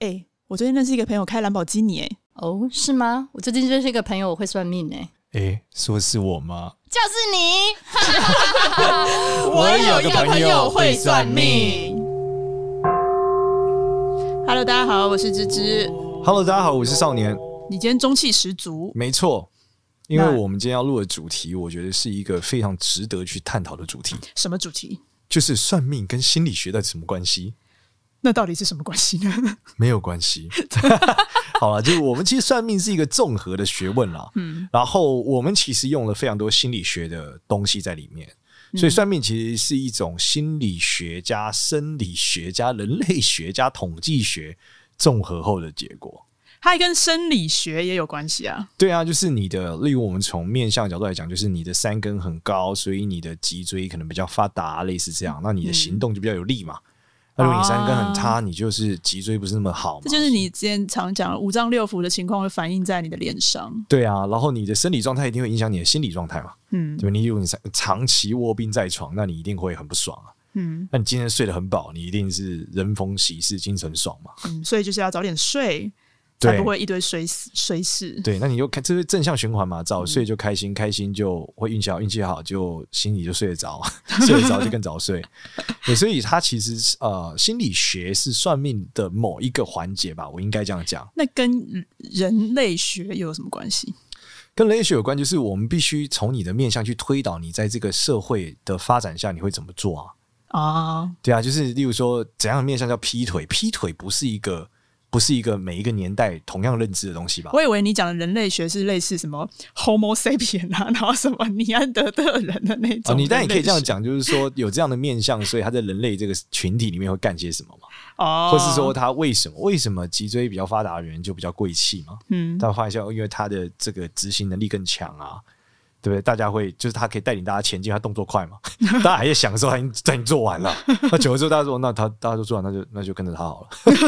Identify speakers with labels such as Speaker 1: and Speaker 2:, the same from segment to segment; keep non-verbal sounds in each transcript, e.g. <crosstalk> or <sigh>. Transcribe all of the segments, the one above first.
Speaker 1: 哎、我最近认识一个朋友开兰博基尼、哎，
Speaker 2: 哦，是吗？我最近认识一个朋友，我会算命哎、
Speaker 3: 诶，说是我吗？
Speaker 2: 就是你。
Speaker 3: 我有个朋友会算命。
Speaker 1: Hello，大家好，我是芝芝。
Speaker 3: Hello，大家好，我是少年。
Speaker 1: 你今天中气十足，
Speaker 3: 没错，因为
Speaker 1: 那
Speaker 3: 我们今天要录的主题，我觉得是一个非常值得去探讨的主题，
Speaker 1: 什么主题？
Speaker 3: 就是算命跟心理学到底什么关系？
Speaker 1: 那到底是什么关系呢？
Speaker 3: 没有关系。好了，就是我们其实算命是一个综合的学问啦。嗯，然后我们其实用了非常多心理学的东西在里面。所以算命其实是一种心理学家、生理学家、人类学家、统计学综合后的结果。
Speaker 1: <laughs> 它还跟生理学也有关系啊。
Speaker 3: 对啊，就是你的，例如我们从面相角度来讲，就是你的三根很高，所以你的脊椎可能比较发达，类似这样，那你的
Speaker 1: 嗯
Speaker 3: 行动就比较有力嘛。那如果你三根很差，你就是脊椎不是那么好嘛。
Speaker 1: 哦这就是你之前常讲的五脏六腑的情况会反映在你的脸上。
Speaker 3: 对啊，然后你的生理状态一定会影响你的心理状态嘛，
Speaker 1: 嗯
Speaker 3: 对吧？你如果你长长期卧病在床，那你一定会很不爽啊。
Speaker 1: 嗯
Speaker 3: 那你今天睡得很饱，你一定是人逢喜事精神爽嘛？
Speaker 1: 嗯，所以就是要早点睡，才
Speaker 3: 对
Speaker 1: 不会一堆衰死衰事。
Speaker 3: 对，那你就看这是正向循环嘛，早睡就开心，开心就会运气好，运气好就心里就睡得着，睡得着就更早睡。对，所以它其实是呃，心理学是算命的某一个环节吧，我应该这样讲。
Speaker 1: 那跟人类学又有什么关系？
Speaker 3: 跟人类学有关，就是我们必须从你的面向去推导你在这个社会的发展下你会怎么做啊？
Speaker 1: 啊，
Speaker 3: 对啊，就是例如说，怎样的面向叫劈腿？劈腿不是一个，不是一个每一个年代同样认知的东西吧？
Speaker 1: 我以为你讲的人类学是类似什么 Homo sapien 啊，然 <laughs> 后什么尼安德特人的那
Speaker 3: 哦，
Speaker 1: 种人类学、
Speaker 3: 你当然也可以这样讲，就是说有这样的面向，所以他在人类这个群体里面会干些什么嘛？
Speaker 1: 哦，
Speaker 3: 或是说他为什么为什么脊椎比较发达的人就比较贵气嘛？
Speaker 1: 嗯
Speaker 3: 大家发现，哦因为他的这个执行能力更强啊，对不对？大家会就是他可以带领大家前进，他动作快嘛， <laughs> 大家还在想的时候，他已经他已经做完了。那久了之后，大家说，那他大家都做完，那就那就跟着他好了。 <laughs>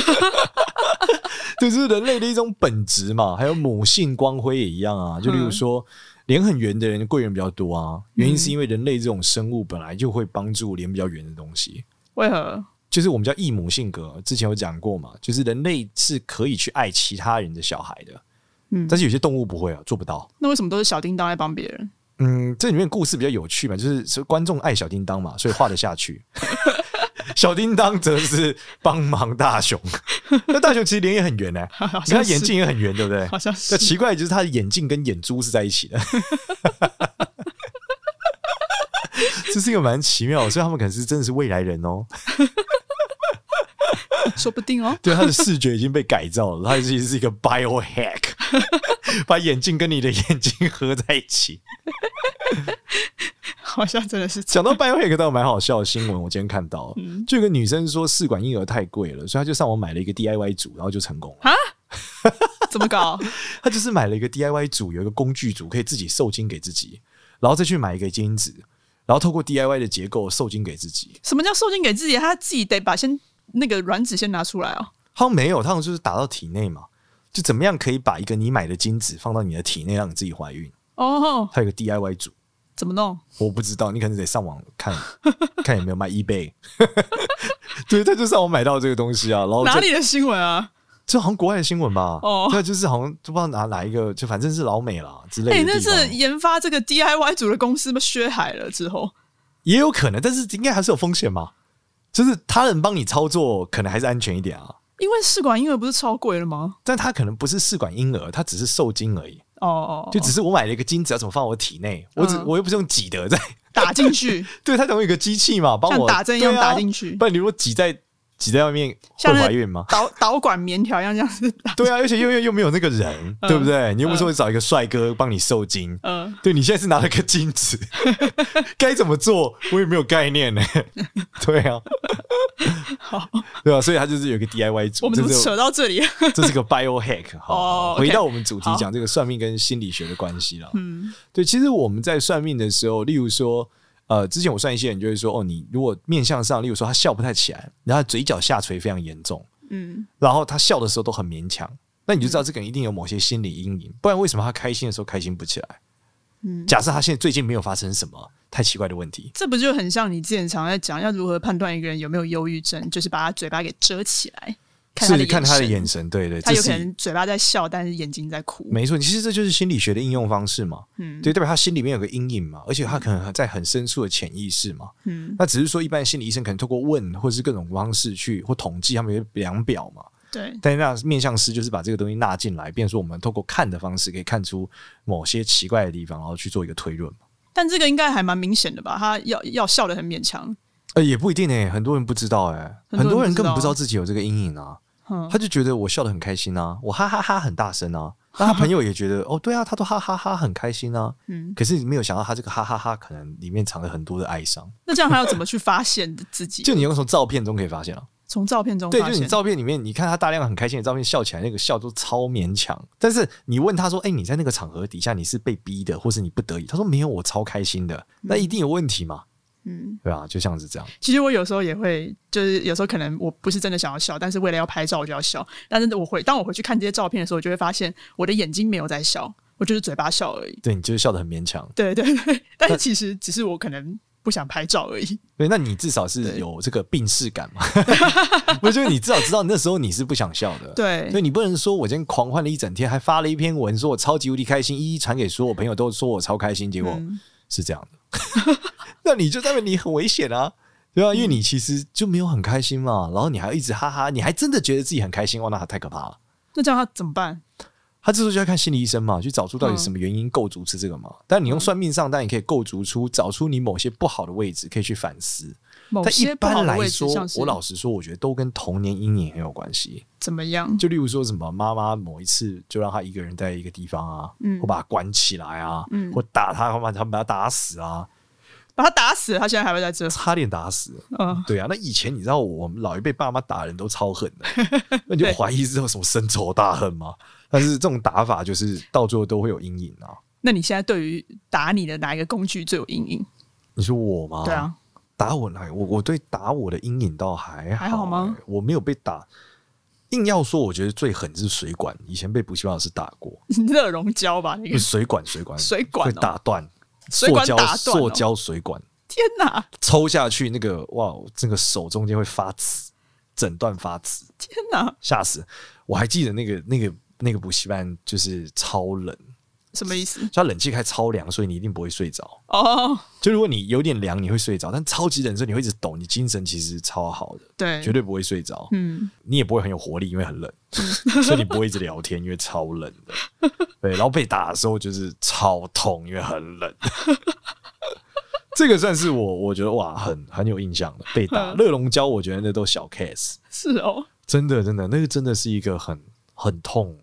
Speaker 3: 这是人类的一种本质嘛，还有母性光辉也一样啊。就例如说，脸很圆的人贵人比较多啊，原因是因为人类这种生物本来就会帮助脸比较圆的东西。
Speaker 1: 为何？
Speaker 3: 就是我们叫异母性格，之前有讲过嘛，就是人类是可以去爱其他人的小孩的，
Speaker 1: 嗯
Speaker 3: 但是有些动物不会啊，做不到。
Speaker 1: 那为什么都是小叮当在帮别人？
Speaker 3: 嗯，这里面故事比较有趣嘛，就是说观众爱小叮当嘛，所以画得
Speaker 1: <laughs>
Speaker 3: 下去。小叮当则是帮忙大
Speaker 1: <laughs>
Speaker 3: 雄，那大雄其实脸也很圆哎、
Speaker 1: 好像
Speaker 3: 你看他
Speaker 1: 是
Speaker 3: 眼镜也很圆，对不对？
Speaker 1: 好像
Speaker 3: 那
Speaker 1: 是
Speaker 3: 奇怪的就是他的眼镜跟眼珠是在
Speaker 1: <laughs>
Speaker 3: 一起的，这是一个蛮奇妙的，所以他们可能是真的是未来人哦。
Speaker 1: 说不定哦。 <laughs>
Speaker 3: 对，他的视觉已经被改造了，他 <laughs> 其实是一个 biohack，把眼镜跟你的眼睛合在一起。
Speaker 1: 好像真的是这
Speaker 3: 讲到 biohack，倒蛮好笑的新闻，我今天看到，就有个女生说试管婴儿太贵了，所以她就上网买了一个 DIY 组，然后就成功了。 <laughs>
Speaker 1: 样怎么搞？
Speaker 3: 她就是买了一个 DIY 组，有一个工具组，可以自己受精给自己，然后再去买一个精子，然后透过 DIY 的结构受精给自己。
Speaker 1: 什么叫受精给自己？他自己得把先那个卵子先拿出来哦。
Speaker 3: 好像没有，他好像就是打到体内嘛，就怎么样可以把一个你买的精子放到你的体内，让你自己怀孕。
Speaker 1: 哦，
Speaker 3: 它有个 DIY 组。
Speaker 1: 怎么弄？
Speaker 3: 我不知道，你可能得上网看看有没有卖 eBay。对，他就上网买到这个东西啊，然后
Speaker 1: 哪
Speaker 3: 这
Speaker 1: 里的新闻啊？
Speaker 3: 这好像国外的新闻吧？
Speaker 1: 哦
Speaker 3: 对，就是好像就不知道哪哪一个，就反正是老美啦之
Speaker 1: 哎、
Speaker 3: 类的
Speaker 1: 那
Speaker 3: 地方，
Speaker 1: 是研发这个 DIY 组的公司被削海了之后，
Speaker 3: 也有可能，但是应该还是有风险嘛。就是他人帮你操作，可能还是安全一点啊。
Speaker 1: 因为试管婴儿不是超贵了吗？
Speaker 3: 但他可能不是试管婴儿，他只是受精而已，
Speaker 1: 哦哦，哦
Speaker 3: 就只是我买了一个精子，要怎么放我体内？我只、
Speaker 1: 嗯
Speaker 3: 我又不是用挤的，在
Speaker 1: 打进去， <laughs>
Speaker 3: 对他总有一个机器嘛，帮
Speaker 1: 像
Speaker 3: 我
Speaker 1: 打针一样
Speaker 3: 对啊
Speaker 1: 打进去
Speaker 3: 不然你如果挤在挤在外面会
Speaker 1: 像那
Speaker 3: 怀孕吗？
Speaker 1: 导导管棉条一样这样子打。
Speaker 3: <laughs> 对啊，而且又又又没有那个人，对不对？你又不是会找一个帅哥帮你受精，
Speaker 1: 嗯，
Speaker 3: 对你现在是拿了个
Speaker 1: <laughs>
Speaker 3: 精子，该怎么做我也没有概念呢。对啊，
Speaker 1: <laughs> 好，
Speaker 3: 对啊，所以他就是有一个 DIY
Speaker 1: <laughs> 我
Speaker 3: 组，
Speaker 1: 们怎
Speaker 3: 这
Speaker 1: 么扯
Speaker 3: 是
Speaker 1: 到
Speaker 3: <laughs>
Speaker 1: 这里？
Speaker 3: 这是个 biohack 好。
Speaker 1: <laughs> 哦
Speaker 3: 回
Speaker 1: OK
Speaker 3: 到我们主题
Speaker 1: 好，
Speaker 3: 讲这个算命跟心理学的关系了。
Speaker 1: 嗯
Speaker 3: 对，其实我们在算命的时候，例如说。呃，之前我算一些人就会说，哦，你如果面相上，例如说他笑不太起来，然后他嘴角下垂非常严重，
Speaker 1: 嗯，
Speaker 3: 然后他笑的时候都很勉强，那你就知道这个人一定有某些心理阴影，不然为什么他开心的时候开心不起来？
Speaker 1: 嗯
Speaker 3: 假设他现在最近没有发生什么太奇怪的问题，
Speaker 1: 这不就很像你之前常在讲要如何判断一个人有没有忧郁症，就是把他嘴巴给遮起来。看他的
Speaker 3: 是看他的
Speaker 1: 神
Speaker 3: 眼，神，对对，
Speaker 1: 他
Speaker 3: 这
Speaker 1: 有可
Speaker 3: 是
Speaker 1: 能嘴巴在笑，但是眼睛在哭。
Speaker 3: 没错，其实这就是心理学的应用方式嘛。
Speaker 1: 嗯
Speaker 3: 对，代表他心里面有个阴影嘛，而且他可能在很深处的潜意识嘛。
Speaker 1: 嗯，
Speaker 3: 那只是说，一般心理医生可能透过问或是各种方式去或统计他们有量表嘛。
Speaker 1: 对，
Speaker 3: 但是那面相师就是把这个东西纳进来，变成说我们透过看的方式可以看出某些奇怪的地方，然后去做一个推论嘛。
Speaker 1: 但这个应该还蛮明显的吧？他要要笑的很勉强，
Speaker 3: 呃，也不一定诶、很多人不知道诶、很
Speaker 1: 很
Speaker 3: 多
Speaker 1: 多人不知道
Speaker 3: 人根本不知道自己有这个阴影啊。
Speaker 1: 嗯
Speaker 3: 他就觉得我笑得很开心啊，我哈哈哈很大声啊。那他朋友也觉得哦，对啊，他都哈哈哈很开心啊。
Speaker 1: 嗯。
Speaker 3: 可是你没有想到，他这个哈哈哈可能里面藏了很多的哀伤。
Speaker 1: 那这样他要怎么去发现自己？
Speaker 3: 就你用从照片中可以发现啊，
Speaker 1: 从照片中
Speaker 3: 对，
Speaker 1: 发
Speaker 3: 就是你
Speaker 1: 现，
Speaker 3: 照片里面，你看他大量很开心的照片，笑起来那个笑都超勉强。但是你问他说：“哎、你在那个场合底下你是被逼的，或是你不得已？”他说：“没有，我超开心的。”那一定有问题嘛？
Speaker 1: 嗯，
Speaker 3: 对吧？就像是这样。
Speaker 1: 其实我有时候也会，就是有时候可能我不是真的想要笑，但是为了要拍照我就要笑。但是我会，当我回去看这些照片的时候，我就会发现我的眼睛没有在笑，我就是嘴巴笑而已。
Speaker 3: 对，你就是笑得很勉强。
Speaker 1: 对对对，但是其实只是我可能不想拍照而已。
Speaker 3: 对，那你至少是
Speaker 1: 对
Speaker 3: 有这个病视感嘛？ <laughs> 我觉得你至少知道那时候你是不想笑的。。所
Speaker 1: 对
Speaker 3: 呃以你不能说我今天狂欢了一整天，还发了一篇文，说我超级无敌开心，一一传给所有朋友，都说我超开心，结果
Speaker 1: 嗯
Speaker 3: 是这样的。 <laughs> 那你就代表你很危险啊，对啊，因为你其实就没有很开心嘛，然后你还一直哈哈，你还真的觉得自己很开心，哇，那太可怕了。
Speaker 1: 那这样他怎么办？
Speaker 3: 他这时候就要看心理医生嘛，去找出
Speaker 1: 嗯
Speaker 3: 到底什么原因构筑是这个嘛。但你用算命上，当然也可以构筑出找出你某些不好的位置，可以去反思。
Speaker 1: 某
Speaker 3: 但一
Speaker 1: 哦些不好
Speaker 3: 般
Speaker 1: 的
Speaker 3: 来
Speaker 1: 位置，
Speaker 3: 说
Speaker 1: 像，是
Speaker 3: 我老实说，我觉得都跟童年阴影很有关系。
Speaker 1: 怎么样？
Speaker 3: 就例如说什么妈妈某一次就让他一个人在一个地方啊，
Speaker 1: 嗯
Speaker 3: 或把他关起来啊，
Speaker 1: 嗯
Speaker 3: 或打他，或把他把他打死啊，
Speaker 1: 把他打死，他现在还会在这。
Speaker 3: 差点打死。
Speaker 1: 嗯，
Speaker 3: 对啊，那以前你知道我们老一辈爸妈打人都超狠的，
Speaker 1: <laughs>
Speaker 3: 那你就怀疑是有什么深仇大恨吗？但是这种打法就是到最后都会有阴影啊。
Speaker 1: 那你现在对于打你的哪一个工具最有阴影？
Speaker 3: 你说我吗？
Speaker 1: 对啊，
Speaker 3: 打我哪？我我对打我的阴影倒还好、
Speaker 1: 还
Speaker 3: 欸
Speaker 1: 好吗？
Speaker 3: 我没有被打。硬要说，我觉得最狠是水管，以前被补习班老师打过，
Speaker 1: <laughs> 热熔胶吧，那
Speaker 3: 不
Speaker 1: 个
Speaker 3: 是水管，水管，
Speaker 1: 嗯水管
Speaker 3: 会
Speaker 1: 哦
Speaker 3: 打断，
Speaker 1: 水
Speaker 3: 塑
Speaker 1: 管
Speaker 3: 胶
Speaker 1: 打断哦
Speaker 3: 塑胶水管
Speaker 1: 天哪，
Speaker 3: 抽下去，那个哇，这个手中间会发紫，整段发紫，
Speaker 1: 天哪，
Speaker 3: 吓死！我还记得那个那个那个补习班就是超冷，
Speaker 1: 什么意思？
Speaker 3: 它冷气开超凉，所以你一定不会睡着。
Speaker 1: 哦，
Speaker 3: 就如果你有点凉，你会睡着，但超级冷的时候你会一直抖，你精神其实超好的，
Speaker 1: 对，
Speaker 3: 绝对不会睡着。
Speaker 1: 嗯，
Speaker 3: 你也不会很有活力，因为很冷，所以你不会一直聊天，因为超冷的。对，然后被打的时候就是超痛，因为很冷。 <laughs> 这个算是我我觉得哇，很很有印象的被打。
Speaker 1: 嗯
Speaker 3: 热熔胶，我觉得那都小 case，
Speaker 1: 是哦，
Speaker 3: 真的真的，那个真的是一个很很痛。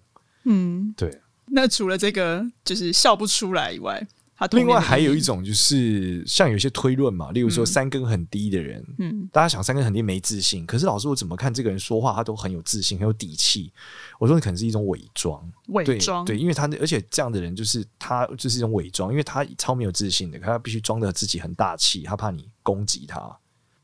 Speaker 1: 嗯，
Speaker 3: 对，
Speaker 1: 那除了这个就是笑不出来以外，他童
Speaker 3: 另
Speaker 1: 年的
Speaker 3: 外还有
Speaker 1: 阴
Speaker 3: 一
Speaker 1: 影，
Speaker 3: 种就是像有些推论嘛，例如说
Speaker 1: 嗯
Speaker 3: 三根很低的人，
Speaker 1: 嗯，
Speaker 3: 大家想三根很低没自信，可是老师我怎么看这个人说话，他都很有自信，很有底气。我说你可能是一种伪装，
Speaker 1: 伪装，
Speaker 3: 对，对，因为他那而且这样的人就是他就是一种伪装，因为他超没有自信的，可他必须装的自己很大气，他怕你攻击他，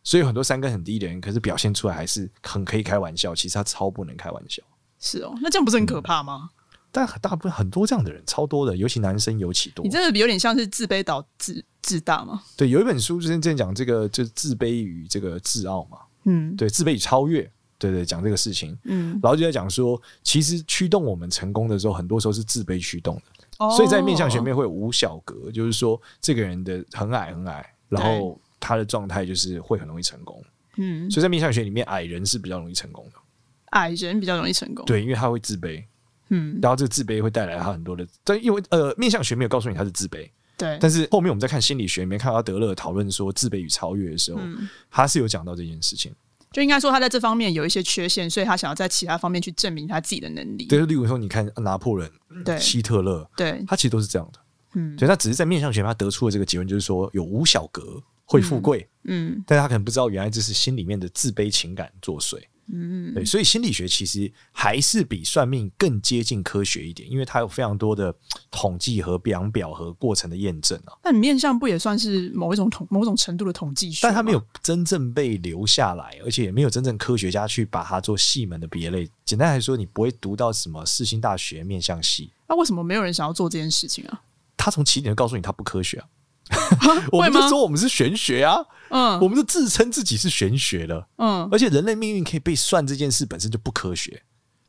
Speaker 3: 所以很多三根很低的人，可是表现出来还是很可以开玩笑，其实他超不能开玩笑。
Speaker 1: 是哦，那这样不是很可怕吗？
Speaker 3: 但很大部分很多这样的人超多的，尤其男生尤其多
Speaker 1: 你。这个有点像是自卑导致自大嘛，
Speaker 3: 对，有一本书之前之前讲这个，就是自卑与这个自傲嘛，
Speaker 1: 嗯，
Speaker 3: 对，自卑与超越，对对，讲这个事情，
Speaker 1: 嗯，
Speaker 3: 然后就在讲说，其实驱动我们成功的时候，很多时候是自卑驱动的。
Speaker 1: 哦
Speaker 3: 所以在面相学里，面会有五小格，就是说这个人的很矮很矮，然后他的状态就是会很容易成功。
Speaker 1: 嗯，
Speaker 3: 所以在面相学里面，矮人是比较容易成功
Speaker 1: 哦
Speaker 3: 的，
Speaker 1: 矮人比较容易成功，，
Speaker 3: 对，因为他会自卑，
Speaker 1: 嗯，
Speaker 3: 然后这个自卑会带来他很多的，但因为呃面相学没有告诉你他是自卑，
Speaker 1: 对，
Speaker 3: 但是后面我们在看心理学里面看到德勒讨论说自卑与超越的时候，
Speaker 1: 嗯
Speaker 3: 他是有讲到这件事情。
Speaker 1: 就应该说他在这方面有一些缺陷，所以他想要在其他方面去证明他自己的能力，
Speaker 3: 对，例如说你看呃拿破仑、
Speaker 1: 对
Speaker 3: 希特勒，
Speaker 1: 对，
Speaker 3: 他其实都是这样的。
Speaker 1: 嗯
Speaker 3: 对，他只是在面相学他得出的这个结论就是说有五小格会富贵。
Speaker 1: 嗯
Speaker 3: 但他可能不知道，原来这是心里面的自卑情感作祟。
Speaker 1: 嗯，
Speaker 3: 对，所以心理学其实还是比算命更接近科学一点，因为它有非常多的嘖统计和量表和过程的验证啊。
Speaker 1: 那你面相不也算是某一种统某种程度的统计学吗？
Speaker 3: 但它没有真正被留下来，而且也没有真正科学家去把它做细门的别类。简单来说，你不会读到什么世新大学面向系，
Speaker 1: 那为什么没有人想要做这件事情啊？ <laughs>
Speaker 3: 他从起点就告诉你它不科学啊。我
Speaker 1: 会
Speaker 3: 们就
Speaker 1: 吗？
Speaker 3: 说我们是玄学啊，我
Speaker 1: 嗯
Speaker 3: 们就自称自己是玄学了，
Speaker 1: 嗯，
Speaker 3: 而且人类命运可以被算这件事本身就不科学。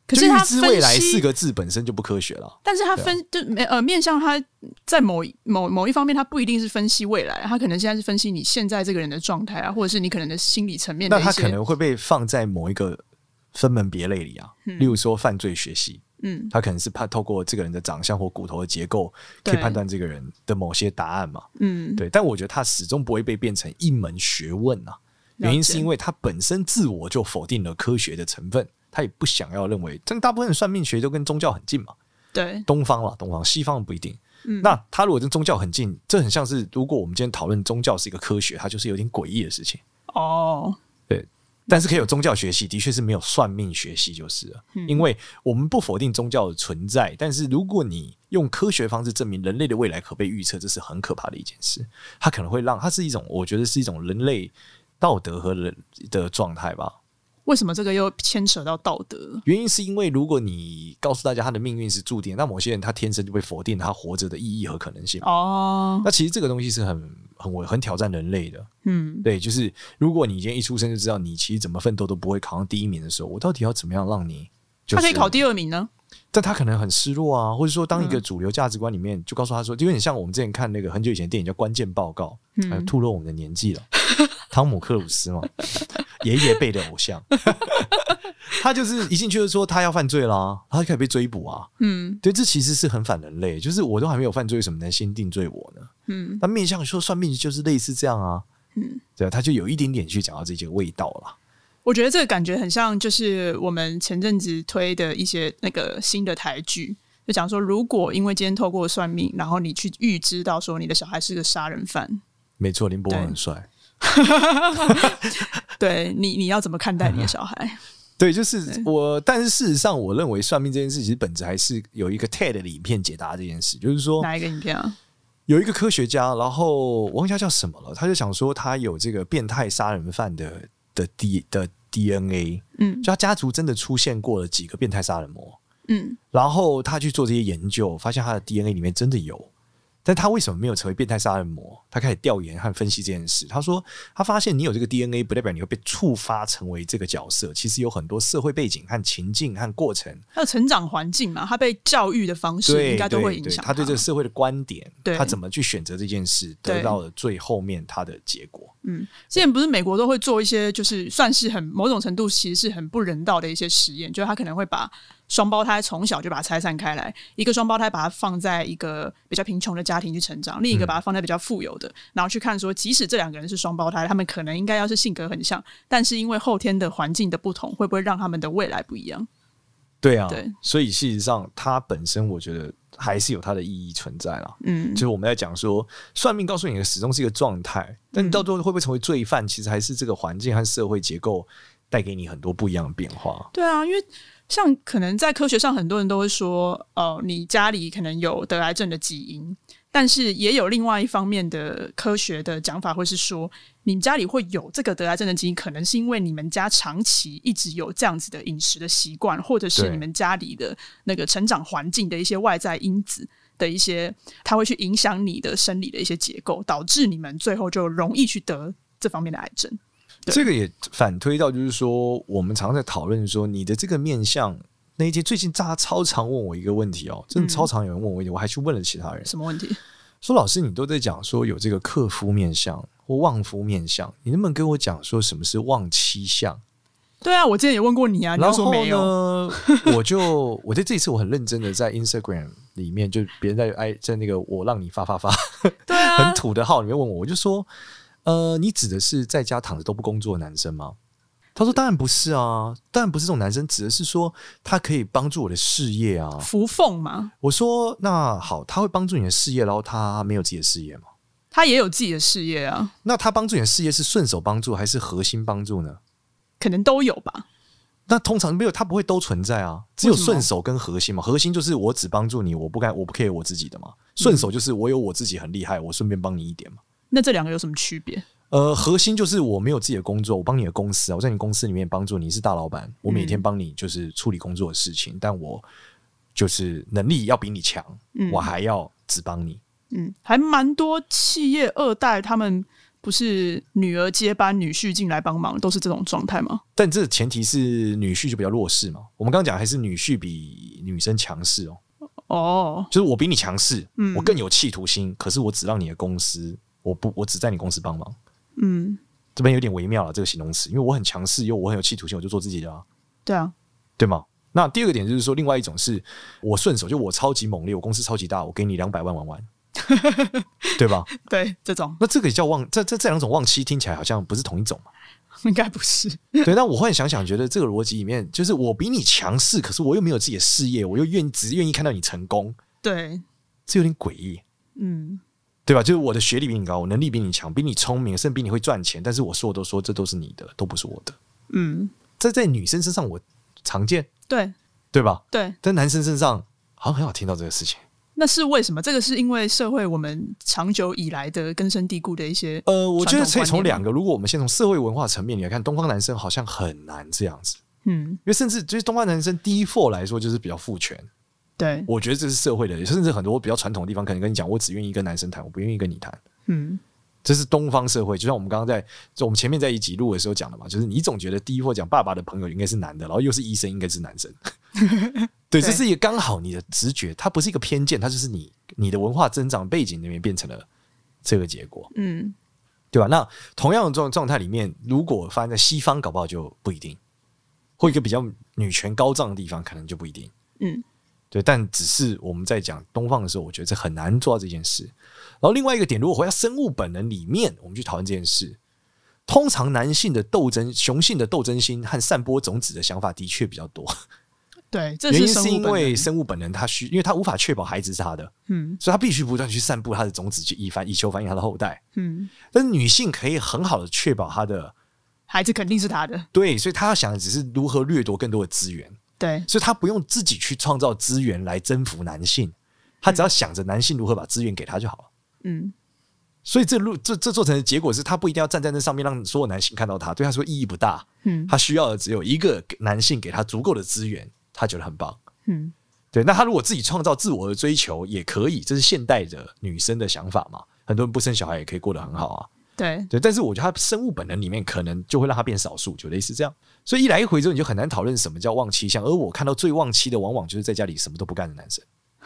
Speaker 1: 可
Speaker 3: 就是预
Speaker 1: 他
Speaker 3: 知
Speaker 1: 分
Speaker 3: 未来
Speaker 1: 析
Speaker 3: 四个字本身就不科学了。
Speaker 1: 但是他分、
Speaker 3: 啊
Speaker 1: 就没呃面向他在某一某某一方面，他不一定是分析未来，他可能现在是分析你现在这个人的状态啊，或者是你可能的心理层面的
Speaker 3: 那
Speaker 1: 一些。
Speaker 3: 它可能会被放在某一个分门别类里啊，例如说犯罪学系，
Speaker 1: 嗯
Speaker 3: 它可能是判透过这个人的长相或骨头的结构，可以
Speaker 1: 对
Speaker 3: 判断这个人的某些答案嘛。
Speaker 1: 嗯，
Speaker 3: 对，但我觉得它始终不会被变成一门学问啊，
Speaker 1: 了解
Speaker 3: 原因是因为它本身自我就否定了科学的成分，他也不想要认为，但大部分算命学都跟宗教很近嘛。
Speaker 1: 对
Speaker 3: 东方啦，东方西方不一定。那它如果跟宗教很近，这很像是如果我们今天讨论宗教是一个科学，它就是有点诡异的事情。
Speaker 1: 哦，
Speaker 3: 对，但是可以有宗教学系，的确是没有算命学系就是了，因为我们不否定宗教的存在，但是如果你用科学方式证明人类的未来可被预测，这是很可怕的一件事。它可能会让它是一种，我觉得是一种人类道德和人的状态吧。
Speaker 1: 为什么这个又牵扯到道德了？
Speaker 3: 原因是因为如果你告诉大家他的命运是注定，那某些人他天生就被否定他活着的意义和可能性。
Speaker 1: 哦，
Speaker 3: 那其实这个东西是很很很挑战人类的，
Speaker 1: 嗯，
Speaker 3: 对，就是如果你今天一出生就知道你其实怎么奋斗都不会考上第一名的时候，我到底要怎么样让你、就是？
Speaker 1: 他可以考，第嗯二名呢。
Speaker 3: 但他可能很失落啊，或者说当一个主流价值观里面就告诉他说，就有点像我们之前看那个很久以前的电影叫《关键报告》，呃
Speaker 1: 嗯
Speaker 3: 透露我们的年纪了，汤姆克鲁斯嘛，爷爷辈的偶像， <laughs> 他就是一进去就说他要犯罪啦，他就可以被追捕啊，
Speaker 1: 嗯
Speaker 3: 对，这其实是很反人类，就是我都还没有犯罪，为什么能先定罪我呢？
Speaker 1: 嗯，
Speaker 3: 那面向说算命就是类似这样啊，嗯，对啊，他就有一点点去讲到这些味道啦。
Speaker 1: 我觉得这个感觉很像，就是我们前阵子推的一些那个新的台剧，就讲说，如果因为今天透过算命，然后你去预知到说你的小孩是个杀人犯，
Speaker 3: 没错，林柏宏
Speaker 1: 对
Speaker 3: 很帅，
Speaker 1: 对你你要怎么看待你的小
Speaker 3: <laughs>
Speaker 1: 孩？
Speaker 3: 对，就是我。但是事实上，我认为算命这件事其实本质还是有一个 TED 的影片解答这件事，就是说
Speaker 1: 哪一个影片啊？
Speaker 3: 有一个科学家，然后我忘记他叫什么了，他就想说他有这个变态杀人犯的的 D 的 DNA，
Speaker 1: 嗯
Speaker 3: 就他家族真的出现过了几个变态杀人魔，
Speaker 1: 嗯
Speaker 3: 然后他去做这些研究，发现他的 DNA 里面真的有，但他为什么没有成为变态杀人魔？他开始调研和分析这件事。他说，他发现你有这个 DNA，不代表你会被触发成为这个角色，其实有很多社会背景和情境和过程，
Speaker 1: 他的成长环境嘛，他被教育的方式
Speaker 3: 对
Speaker 1: 应该都会
Speaker 3: 对
Speaker 1: 影
Speaker 3: 对
Speaker 1: 响
Speaker 3: 他对这个社会的观点，
Speaker 1: 对
Speaker 3: 他怎么去选择这件事，
Speaker 1: 对
Speaker 3: 得到了最后面他的结果。
Speaker 1: 嗯，之前不是美国都会做一些，就是算是很某种程度其实是很不人道的一些实验，就是他可能会把双胞胎从小就把它拆散开来，一个双胞胎把它放在一个比较贫穷的家庭去成长，另
Speaker 3: 嗯
Speaker 1: 一个把它放在比较富有的，然后去看说，即使这两个人是双胞胎，他们可能应该要是性格很像，但是因为后天的环境的不同，会不会让他们的未来不一样？
Speaker 3: 对啊，
Speaker 1: 对
Speaker 3: 所以事实上，它本身我觉得还是有它的意义存在啦。
Speaker 1: 嗯
Speaker 3: 就是我们在讲说，算命告诉你的始终是一个状态，但你到最后会不会成为罪犯，其实还是这个环境和社会结构带给你很多不一样的变化。
Speaker 1: 对啊，因为像可能在科学上，很多人都会说，呃，你家里可能有得癌症的基因，但是也有另外一方面的科学的讲法，会是说，你家里会有这个得癌症的基因，可能是因为你们家长期一直有这样子的饮食的习惯，或者是
Speaker 3: 对
Speaker 1: 你们家里的那个成长环境的一些外在因子。的一些，它会去影响你的生理的一些结构，导致你们最后就容易去得这方面的癌症。对
Speaker 3: 这个也反推到，就是说，我们常在讨论说，你的这个面相。那一天最近大家超常问我一个问题哦，真的超常有人问我一点，我还去问了其他人，
Speaker 1: 什么问题？
Speaker 3: 说老师你都在讲说有这个克夫面相或旺夫面相，你能不能跟我讲说什么是旺妻相？
Speaker 1: 对啊，我之前也问过你啊，你
Speaker 3: 然
Speaker 1: 又
Speaker 3: 后
Speaker 1: 说没有。
Speaker 3: 呢， <laughs> 我就我在这一次我很认真的在 Instagram 里面，就别人在哎在那个我让你发发发
Speaker 1: <laughs> 对啊，
Speaker 3: <laughs> 很土的号里面问我，我就说，呃，你指的是在家躺着都不工作的男生吗？他说：“当然不是啊，当然不是这种男生，指的是说他可以帮助我的事业啊。
Speaker 1: 扶凤嘛，”
Speaker 3: 我说：“那好，他会帮助你的事业，然后他没有自己的事业吗？
Speaker 1: 他也有自己的事业啊，
Speaker 3: 那他帮助你的事业是顺手帮助还是核心帮助呢？
Speaker 1: 可能都有吧。
Speaker 3: 那通常没有，它不会都存在啊，只有
Speaker 1: 为什么
Speaker 3: 顺手跟核心嘛。核心就是我只帮助你，我不该我不 care 我自己的嘛。顺手就是我有我自己很厉害，我顺便帮你一点嘛。
Speaker 1: 那这两个有什么区别？
Speaker 3: 呃，核心就是我没有自己的工作，我帮你的公司啊，我在你公司里面帮助你，你是大老板，我每
Speaker 1: 嗯
Speaker 3: 天帮你就是处理工作的事情，但我就是能力要比你强，
Speaker 1: 嗯
Speaker 3: 我还要只帮你。
Speaker 1: 嗯，还蛮多企业二代他们不是女儿接班，女婿进来帮忙，都是这种状态吗？
Speaker 3: 但这前提是女婿就比较弱势嘛。我们刚刚讲还是女婿比女生强势哦，
Speaker 1: 哦，
Speaker 3: 就是我比你强势，
Speaker 1: 嗯
Speaker 3: 我更有企图心，可是我只让你的公司，我不，我只在你公司帮忙。
Speaker 1: 嗯，
Speaker 3: 这边有点微妙了，这个形容词，因为我很强势，又我很有企图心，我就做自己的啊，
Speaker 1: 对啊，
Speaker 3: 对吗？那第二个点就是说，另外一种是我顺手，就我超级猛烈，我公司超级大，我给你两百万玩玩，对吧？
Speaker 1: 对，这种
Speaker 3: 那这个也叫忘，这这这两种忘妻听起来好像不是同一种嘛？
Speaker 1: <laughs> 应该不是。
Speaker 3: 对，那我忽然想想，觉得这个逻辑里面，就是我比你强势，可是我又没有自己的事业，我又愿只愿意看到你成功，
Speaker 1: 对，
Speaker 3: 这有点诡异，
Speaker 1: 嗯，
Speaker 3: 对吧？就是我的学历比你高，我能力比你强，比你聪明，甚至比你会赚钱，但是我说的都说这都是你的，都不是我的。
Speaker 1: 嗯，
Speaker 3: 这在女生身上我常见，
Speaker 1: 对
Speaker 3: 对吧？
Speaker 1: 对，
Speaker 3: 但男生身上好像很少听到这个事情。
Speaker 1: 那是为什么？这个是因为社会我们长久以来的根深蒂固的一些
Speaker 3: 呃，我觉得
Speaker 1: 传
Speaker 3: 可以
Speaker 1: 统观
Speaker 3: 从
Speaker 1: 念
Speaker 3: 两个，如果我们先从社会文化层面你来看，东方男生好像很难这样子，
Speaker 1: 嗯，
Speaker 3: 因为甚至就是东方男生第一 f 来说就是比较父权，
Speaker 1: 对，
Speaker 3: 我觉得这是社会的，甚至很多比较传统的地方可能跟你讲，我只愿意跟男生谈，我不愿意跟你谈。
Speaker 1: 嗯，
Speaker 3: 这是东方社会，就像我们刚刚在就我们前面在一集录的时候讲的嘛，就是你总觉得第一或讲爸爸的朋友应该是男的，然后又是医生，应该是男生。
Speaker 1: 对
Speaker 3: 对，这是一个刚好你的直觉，它不是一个偏见，它就是你你的文化增长背景里面变成了这个结果，
Speaker 1: 嗯，
Speaker 3: 对吧？那同样的状状态里面，如果发生在西方，搞不好就不一定，或一个比较女权高涨的地方，可能就不一定。
Speaker 1: 嗯，
Speaker 3: 对，但只是我们在讲东方的时候，我觉得这很难做到这件事。然后另外一个点，如果回到生物本能里面，我们去讨论这件事，通常男性的斗争、雄性的斗争心和散播种子的想法的确比较多，
Speaker 1: 对，这
Speaker 3: 原因
Speaker 1: 是生
Speaker 3: 是
Speaker 1: 物
Speaker 3: 因
Speaker 1: 本
Speaker 3: 为
Speaker 1: 能。
Speaker 3: 生物本能它需，因为它无法确保孩子是他的，
Speaker 1: 嗯
Speaker 3: 所以它必须不断地去散布它的种子，去以繁以求繁衍它的后代。
Speaker 1: 嗯，
Speaker 3: 但是女性可以很好的确保她的
Speaker 1: 孩子肯定是他的，
Speaker 3: 对，所以她要想的只是如何掠夺更多的资源。
Speaker 1: 对
Speaker 3: 所以他不用自己去创造资源来征服男性，他只要想着男性如何把资源给他就好了。
Speaker 1: 嗯，
Speaker 3: 所以这路这这做成的结果是他不一定要站在那上面让所有男性看到他，对他说意义不大。
Speaker 1: 嗯
Speaker 3: 他需要的只有一个男性给他足够的资源，他觉得很棒。
Speaker 1: 嗯，
Speaker 3: 对，那他如果自己创造自我的追求也可以，这是现代的女生的想法嘛？很多人不生小孩也可以过得很好啊。
Speaker 1: 对
Speaker 3: 对，但是我觉得他生物本能里面可能就会让他变少数，就类似这样。所以一来一回之后，你就很难讨论什么叫忘妻相。而我看到最忘妻的，往往就是在家里什么都不干的男生，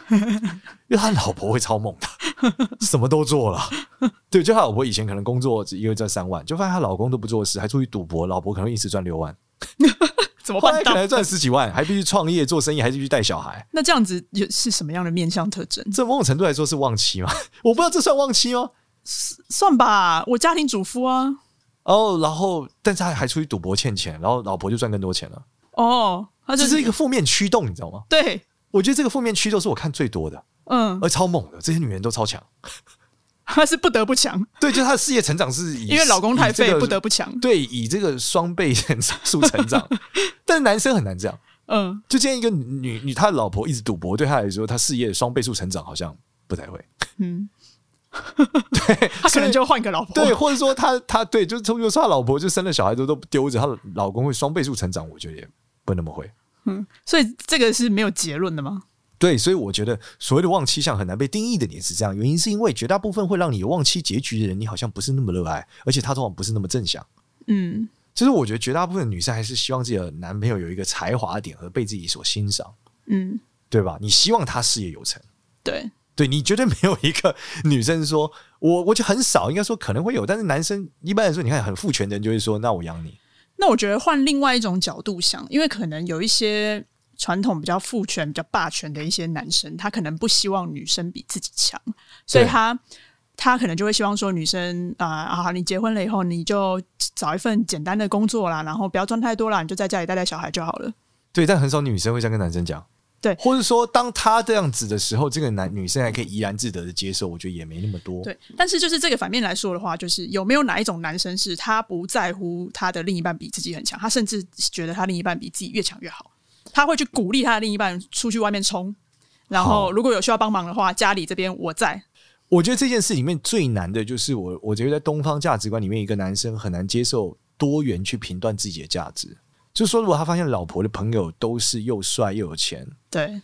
Speaker 3: 因为他老婆会超猛的，什么都做了。对，就他老婆以前可能工作只一个月赚三万，就发现她老公都不做事，还出去赌博，老婆可能一时赚六万，
Speaker 1: 怎么
Speaker 3: 后
Speaker 1: 办
Speaker 3: 来可
Speaker 1: 到？
Speaker 3: 能赚十几万，还必须创业做生意，还必须带小孩。
Speaker 1: 那这样子有是什么样的面相特征？
Speaker 3: 这某种程度来说是忘妻吗？ <laughs> 我不知道这算忘妻吗？
Speaker 1: 算吧，我家庭主妇啊。
Speaker 3: 哦，然后但是他还出去赌博欠钱，然后老婆就赚更多钱了。
Speaker 1: 哦，他就
Speaker 3: 这是一个负面驱动，你知道吗？
Speaker 1: 对，
Speaker 3: 我觉得这个负面驱动是我看最多的，
Speaker 1: 嗯，
Speaker 3: 而超猛的，这些女人都超强。
Speaker 1: 他是不得不强，
Speaker 3: 对，就是她的事业成长是以
Speaker 1: <laughs> 因为老公太
Speaker 3: 以
Speaker 1: 废，
Speaker 3: 这个
Speaker 1: 不得不强。
Speaker 3: 对以这个双倍
Speaker 1: <laughs>
Speaker 3: 成长数成长，但是男生很难这样。
Speaker 1: 嗯，
Speaker 3: 就今天一个女女，她的老婆一直赌博，对她来说，她事业双倍数成长好像不太会。
Speaker 1: <laughs> 嗯，他可能就换个老婆。
Speaker 3: 对，或者说她她对，就是从比如说她老婆就生了小孩之后都丢着，她老公会双倍数成长，我觉得也不那么会。
Speaker 1: 嗯，所以这个是没有结论的吗？
Speaker 3: 对，所以我觉得所谓的忘妻相很难被定义的点是这样，原因是因为绝大部分会让你有忘妻结局的人，你好像不是那么热爱，而且他通常不是那么正向。
Speaker 1: 嗯
Speaker 3: 其实我觉得绝大部分女生还是希望自己的男朋友有一个才华点和被自己所欣赏，
Speaker 1: 嗯，
Speaker 3: 对吧？你希望他事业有成，
Speaker 1: 对，
Speaker 3: 对你绝对没有一个女生说，我我就很少，应该说可能会有，但是男生一般来说，你看很父权的人就会说，那我养你，
Speaker 1: 那我觉得换另外一种角度想，因为可能有一些传统比较父权、比较霸权的一些男生，他可能不希望女生比自己强，所以他他可能就会希望说女生啊啊，你结婚了以后你就找一份简单的工作啦，然后不要赚太多啦，你就在家里带带小孩就好了。
Speaker 3: 对，但很少女生会这样跟男生讲。
Speaker 1: 对
Speaker 3: 或者说，当他这样子的时候，这个男女生还可以怡然自得的接受，我觉得也没那么多。
Speaker 1: 对，但是就是这个反面来说的话，就是有没有哪一种男生是他不在乎他的另一半比自己很强，他甚至觉得他另一半比自己越强越好，他会去鼓励他的另一半出去外面冲，然
Speaker 3: 好
Speaker 1: 后如果有需要帮忙的话，家里这边我在。
Speaker 3: 我觉得这件事里面最难的就是我，我觉得在东方价值观里面，一个男生很难接受多元去评断自己的价值。就是说，如果他发现老婆的朋友都是又帅又有钱，
Speaker 1: 对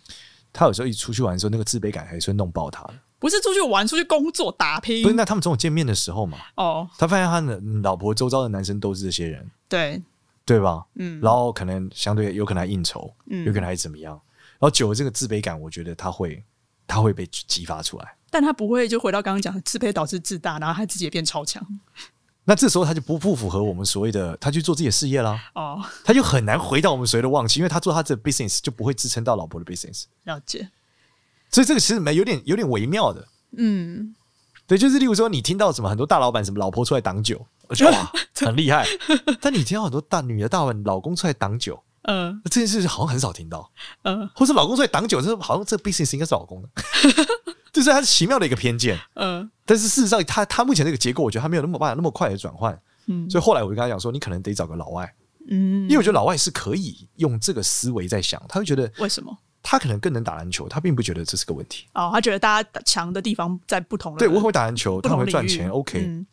Speaker 3: 他有时候一出去玩的时候，那个自卑感还是会弄爆他的。
Speaker 1: 不是出去玩，出去工作打拼
Speaker 3: 不是，那他们总有见面的时候嘛。
Speaker 1: 哦，
Speaker 3: 他发现他的老婆周遭的男生都是这些人，
Speaker 1: 对，
Speaker 3: 对吧？
Speaker 1: 嗯，
Speaker 3: 然后可能相对有可能还应酬，
Speaker 1: 嗯
Speaker 3: 有可能还怎么样。然后久了这个自卑感，我觉得他会他会被激发出来。
Speaker 1: 但他不会就回到刚刚讲的自卑导致自大，然后他自己也变超强
Speaker 3: 那这时候他就不不符合我们所谓的他去做自己的事业啦，
Speaker 1: 哦，
Speaker 3: 他就很难回到我们所谓的忘记，因为他做他的 business 就不会支撑到老婆的 business，
Speaker 1: 了解，
Speaker 3: 所以这个其实没有点有点微妙的。
Speaker 1: 嗯，
Speaker 3: 对，就是例如说，你听到什么很多大老板什么老婆出来挡酒，
Speaker 1: <laughs>
Speaker 3: 我觉得哇很厉害，但你听到很多大女的大老板老公出来挡酒，
Speaker 1: 呃
Speaker 3: 这件事好像很少听到，
Speaker 1: 呃
Speaker 3: 或是老公出来挡酒，这好像这 business 应该是老公的， <laughs> 就是他奇妙的一个偏见。
Speaker 1: 呃，
Speaker 3: 但是事实上他，他目前这个结果，我觉得他没有那么办法那么快的转换，
Speaker 1: 嗯
Speaker 3: 所以后来我就跟他讲说，你可能得找个老外，
Speaker 1: 嗯
Speaker 3: 因为我觉得老外是可以用这个思维在想，他会觉得
Speaker 1: 为什么？
Speaker 3: 他可能更能打篮球，他并不觉得这是个问题。
Speaker 1: 哦，他觉得大家强的地方在不同的，
Speaker 3: 对我很会打篮球，
Speaker 1: 嗯不
Speaker 3: 他
Speaker 1: 同领
Speaker 3: 很会
Speaker 1: 域
Speaker 3: 赚钱，OK，、
Speaker 1: 嗯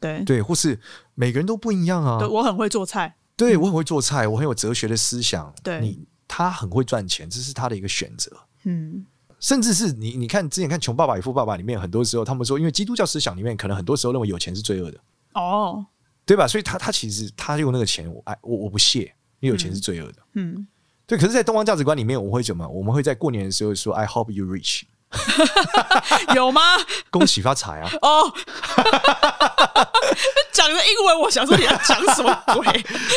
Speaker 1: 对
Speaker 3: 对，或是每个人都不一样啊
Speaker 1: 对，，我很会做菜，
Speaker 3: 对我很会做菜，我很有哲学的思想，
Speaker 1: 对
Speaker 3: 你他很会赚钱，这是他的一个选择。
Speaker 1: 嗯
Speaker 3: 甚至是你，你看之前看《穷爸爸与富爸爸》里面，很多时候他们说，因为基督教思想里面，可能很多时候认为有钱是罪恶的，
Speaker 1: 哦
Speaker 3: 对吧？所以他他其实他用那个钱，我哎我我不屑，因为有钱是罪恶的。
Speaker 1: 嗯，
Speaker 3: 对，可是，在东方价值观里面，我会怎么？我们会在过年的时候说 “I hope you rich”，
Speaker 1: <laughs> 有吗？
Speaker 3: 恭喜发财啊！
Speaker 1: 哦， <laughs> 讲的英文，我想说你要讲什么 <laughs> 鬼？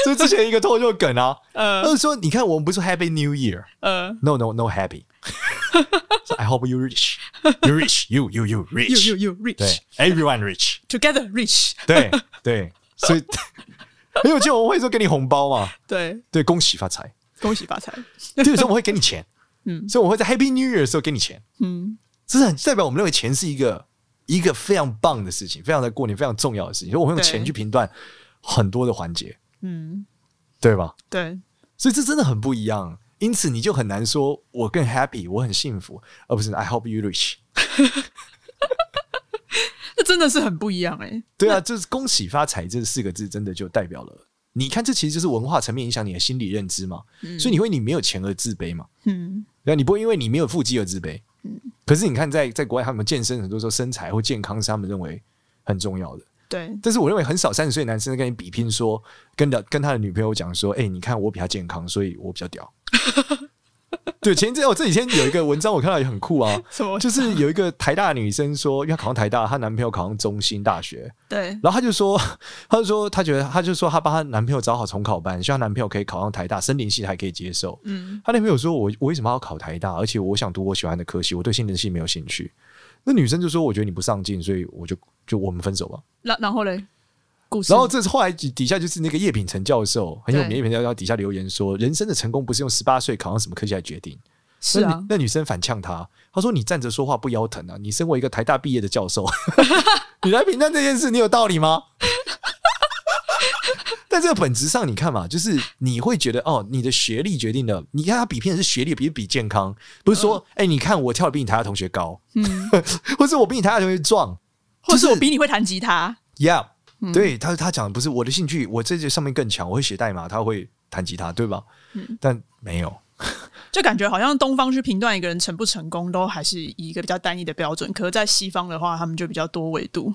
Speaker 3: 这是之前一个脱口秀梗
Speaker 1: <laughs>
Speaker 3: 啊，他
Speaker 1: 呃
Speaker 3: 就说：“你看，我们不是说 Happy New Year，No
Speaker 1: 呃
Speaker 3: No No Happy，So I hope you rich，you rich，you you you
Speaker 1: ，you you
Speaker 3: rich，
Speaker 1: you
Speaker 3: 对
Speaker 1: rich
Speaker 3: ，everyone rich。” <laughs>
Speaker 1: together rich，
Speaker 3: 对对，所以因为我记得我们会说给你红包嘛，
Speaker 1: 对，
Speaker 3: 对，恭喜发财。
Speaker 1: 恭喜发财，
Speaker 3: 这个时候我们会给你钱，
Speaker 1: <laughs> 嗯
Speaker 3: 所以我会在 Happy New Year 的时候给你钱，
Speaker 1: 嗯
Speaker 3: 这是很代表我们认为钱是一个一个非常棒的事情，非常在过年非常重要的事情，所以我会
Speaker 1: 对
Speaker 3: 用钱去评断很多的环节，
Speaker 1: 嗯，
Speaker 3: 对吧？
Speaker 1: 对，
Speaker 3: 所以这真的很不一样，因此你就很难说我更 happy，我很幸福，而不是 I hope you rich。
Speaker 1: 这真的是很不一样哎、
Speaker 3: 对啊，就是恭喜发财这四个字，真的就代表了。你看，这其实就是文化层面影响你的心理认知嘛，所以你会你没有钱而自卑嘛，
Speaker 1: 嗯
Speaker 3: 对啊，你不会因为你没有腹肌而自卑。可是你看在，在国外，他们健身很多时候身材或健康是他们认为很重要的。
Speaker 1: 对，
Speaker 3: 但是我认为很少三十岁的男生跟你比拼说，跟的跟他的女朋友讲说，哎、你看我比他健康，所以我比较屌。 <laughs> 对，前一阵我哦这几天有一个文章，我看到也很酷啊，
Speaker 1: 什么
Speaker 3: 就是有一个台大的女生说，因为她考上台大，她男朋友考上中兴大学，
Speaker 1: 对
Speaker 3: 然后她就说， <laughs> 她就说她觉得，她就说她帮她男朋友找好重考班，希望她男朋友可以考上台大，森林系还可以接受。
Speaker 1: 嗯
Speaker 3: 她男朋友说我我为什么要考台大？而且我想读我喜欢的科系，我对心理系没有兴趣。那女生就说我觉得你不上进，所以我就就我们分手吧。
Speaker 1: 然然后嘞，故事，
Speaker 3: 然后这是后来底底下就是那个叶秉成教授很有名，
Speaker 1: 对
Speaker 3: 叶秉成教授底下留言说，人生的成功不是用十八岁考上什么科系来决定。
Speaker 1: 是
Speaker 3: 那
Speaker 1: 啊
Speaker 3: 女，那女生反呛他，她说：“你站着说话不腰疼啊！你身为一个台大毕业的教授， <laughs> 你来评判这件事，你有道理吗？” <laughs> 但这个本质上，你看嘛，就是你会觉得哦，你的学历决定了。你看他比拼的是学历，比比健康，不是说哎、你看我跳的比你台大同学高，
Speaker 1: 嗯，
Speaker 3: <laughs> 或者我比你台大同学壮，
Speaker 1: 或是
Speaker 3: 就是
Speaker 1: 我比你会弹吉他，
Speaker 3: Yeah，、对他他讲的不是我的兴趣，我这些上面更强，我会写代码，他会弹吉他，对吧？但没有，
Speaker 1: 就感觉好像东方去评断一个人成不成功，都还是以一个比较单一的标准。可是，在西方的话，他们就比较多维度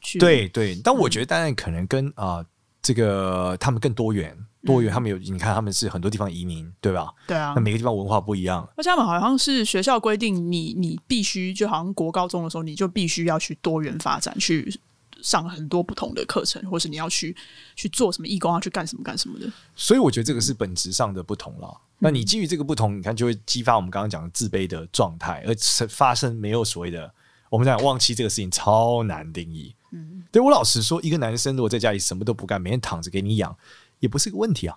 Speaker 1: 去
Speaker 3: 对对，但我觉得当然可能跟啊、这个他们更多元，多元他们有你看他们是很多地方移民，对吧？
Speaker 1: 对啊
Speaker 3: 那。每个地方文化不一样，
Speaker 1: 而且他们好像是学校规定你，你必须就好像国高中的时候，你就必须要去多元发展，去上很多不同的课程，或是你要去去做什么义工啊，去干什么干什么的。
Speaker 3: 所以我觉得这个是本质上的不同了。那你基于这个不同，你看就会激发我们刚刚讲的自卑的状态，而是发生没有所谓的我们讲忘记这个事情超难定义。嗯，对我老实说，一个男生如果在家里什么都不干，每天躺着给你养，也不是个问题啊。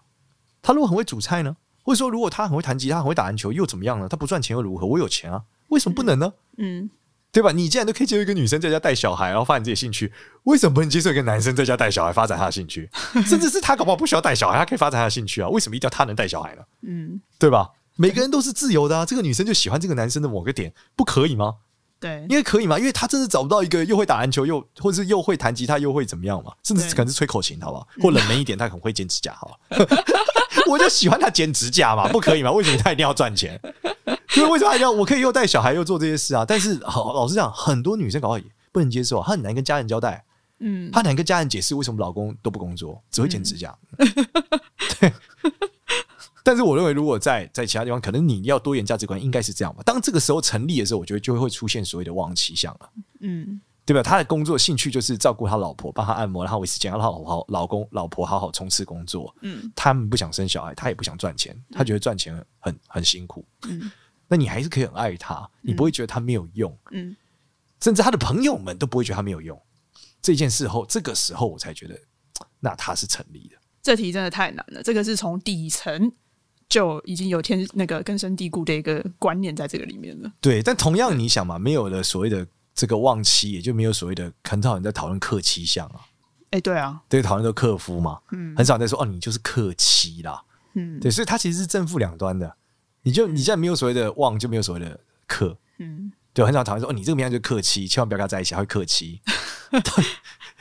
Speaker 3: 他如果很会煮菜呢，或者说如果他很会弹吉他、很会打篮球，又怎么样呢？他不赚钱又如何？我有钱啊，为什么不能呢？
Speaker 1: 嗯，
Speaker 3: 对吧？你既然都可以接受一个女生在家带小孩，然后发展自己的兴趣，为什么不能接受一个男生在家带小孩，发展他的兴趣？甚至是他搞不好不需要带小孩，他可以发展他的兴趣啊？为什么一定要他能带小孩呢？
Speaker 1: 嗯，
Speaker 3: 对吧？每个人都是自由的啊！这个女生就喜欢这个男生的某个点，不可以吗？
Speaker 1: 对
Speaker 3: 因为可以吗？因为她真的找不到一个又会打篮球又或者是又会弹吉他又会怎么样嘛，甚至
Speaker 1: 对
Speaker 3: 可能是吹口琴，好不好？或冷门一点，她很会剪 <laughs> 指甲，好吧？我就喜欢她剪指甲嘛，不可以吗？为什么她一定要赚钱？ <laughs> 因为为什么还要我可以又带小孩又做这些事啊？但是好老实讲，很多女生搞不好也不能接受啊，她很难跟家人交代，
Speaker 1: 嗯，
Speaker 3: 她很难跟家人解释为什么老公都不工作，只会剪指甲。 <laughs> 对。但是我认为，如果在在其他地方，可能你要多元价值观，应该是这样吧。当这个时候成立的时候，我觉得就会出现所谓的望其象了。
Speaker 1: 嗯，
Speaker 3: 对吧？他的工作兴趣就是照顾他老婆，帮他按摩，让他维持健康，让他老婆好老公老婆好好冲刺工作。
Speaker 1: 嗯，
Speaker 3: 他们不想生小孩，他也不想赚钱，他觉得赚钱很很辛苦。
Speaker 1: 嗯，
Speaker 3: 那你还是可以很爱他，你不会觉得他没有用，
Speaker 1: 嗯，
Speaker 3: 甚至他的朋友们都不会觉得他没有用。这件事后，这个时候我才觉得，那他是成立的。
Speaker 1: 这题真的太难了，这个是从底层就已经有天那个根深蒂固的一个观念在这个里面了。
Speaker 3: 对，但同
Speaker 1: 嗯
Speaker 3: 样你想嘛，没有了所谓的这个旺妻，也就没有所谓的很少人在讨论克妻相啊。
Speaker 1: 哎，对啊，
Speaker 3: 对，讨论都克夫嘛，很少人在说哦，你就是克妻啦，
Speaker 1: 嗯
Speaker 3: 对，所以它其实是正负两端的，你就你现在没有所谓的旺，就没有所谓的克，
Speaker 1: 嗯，
Speaker 3: 对，很少讨论说哦，你这个名相就是克妻，千万不要跟他在一起，他会克妻，对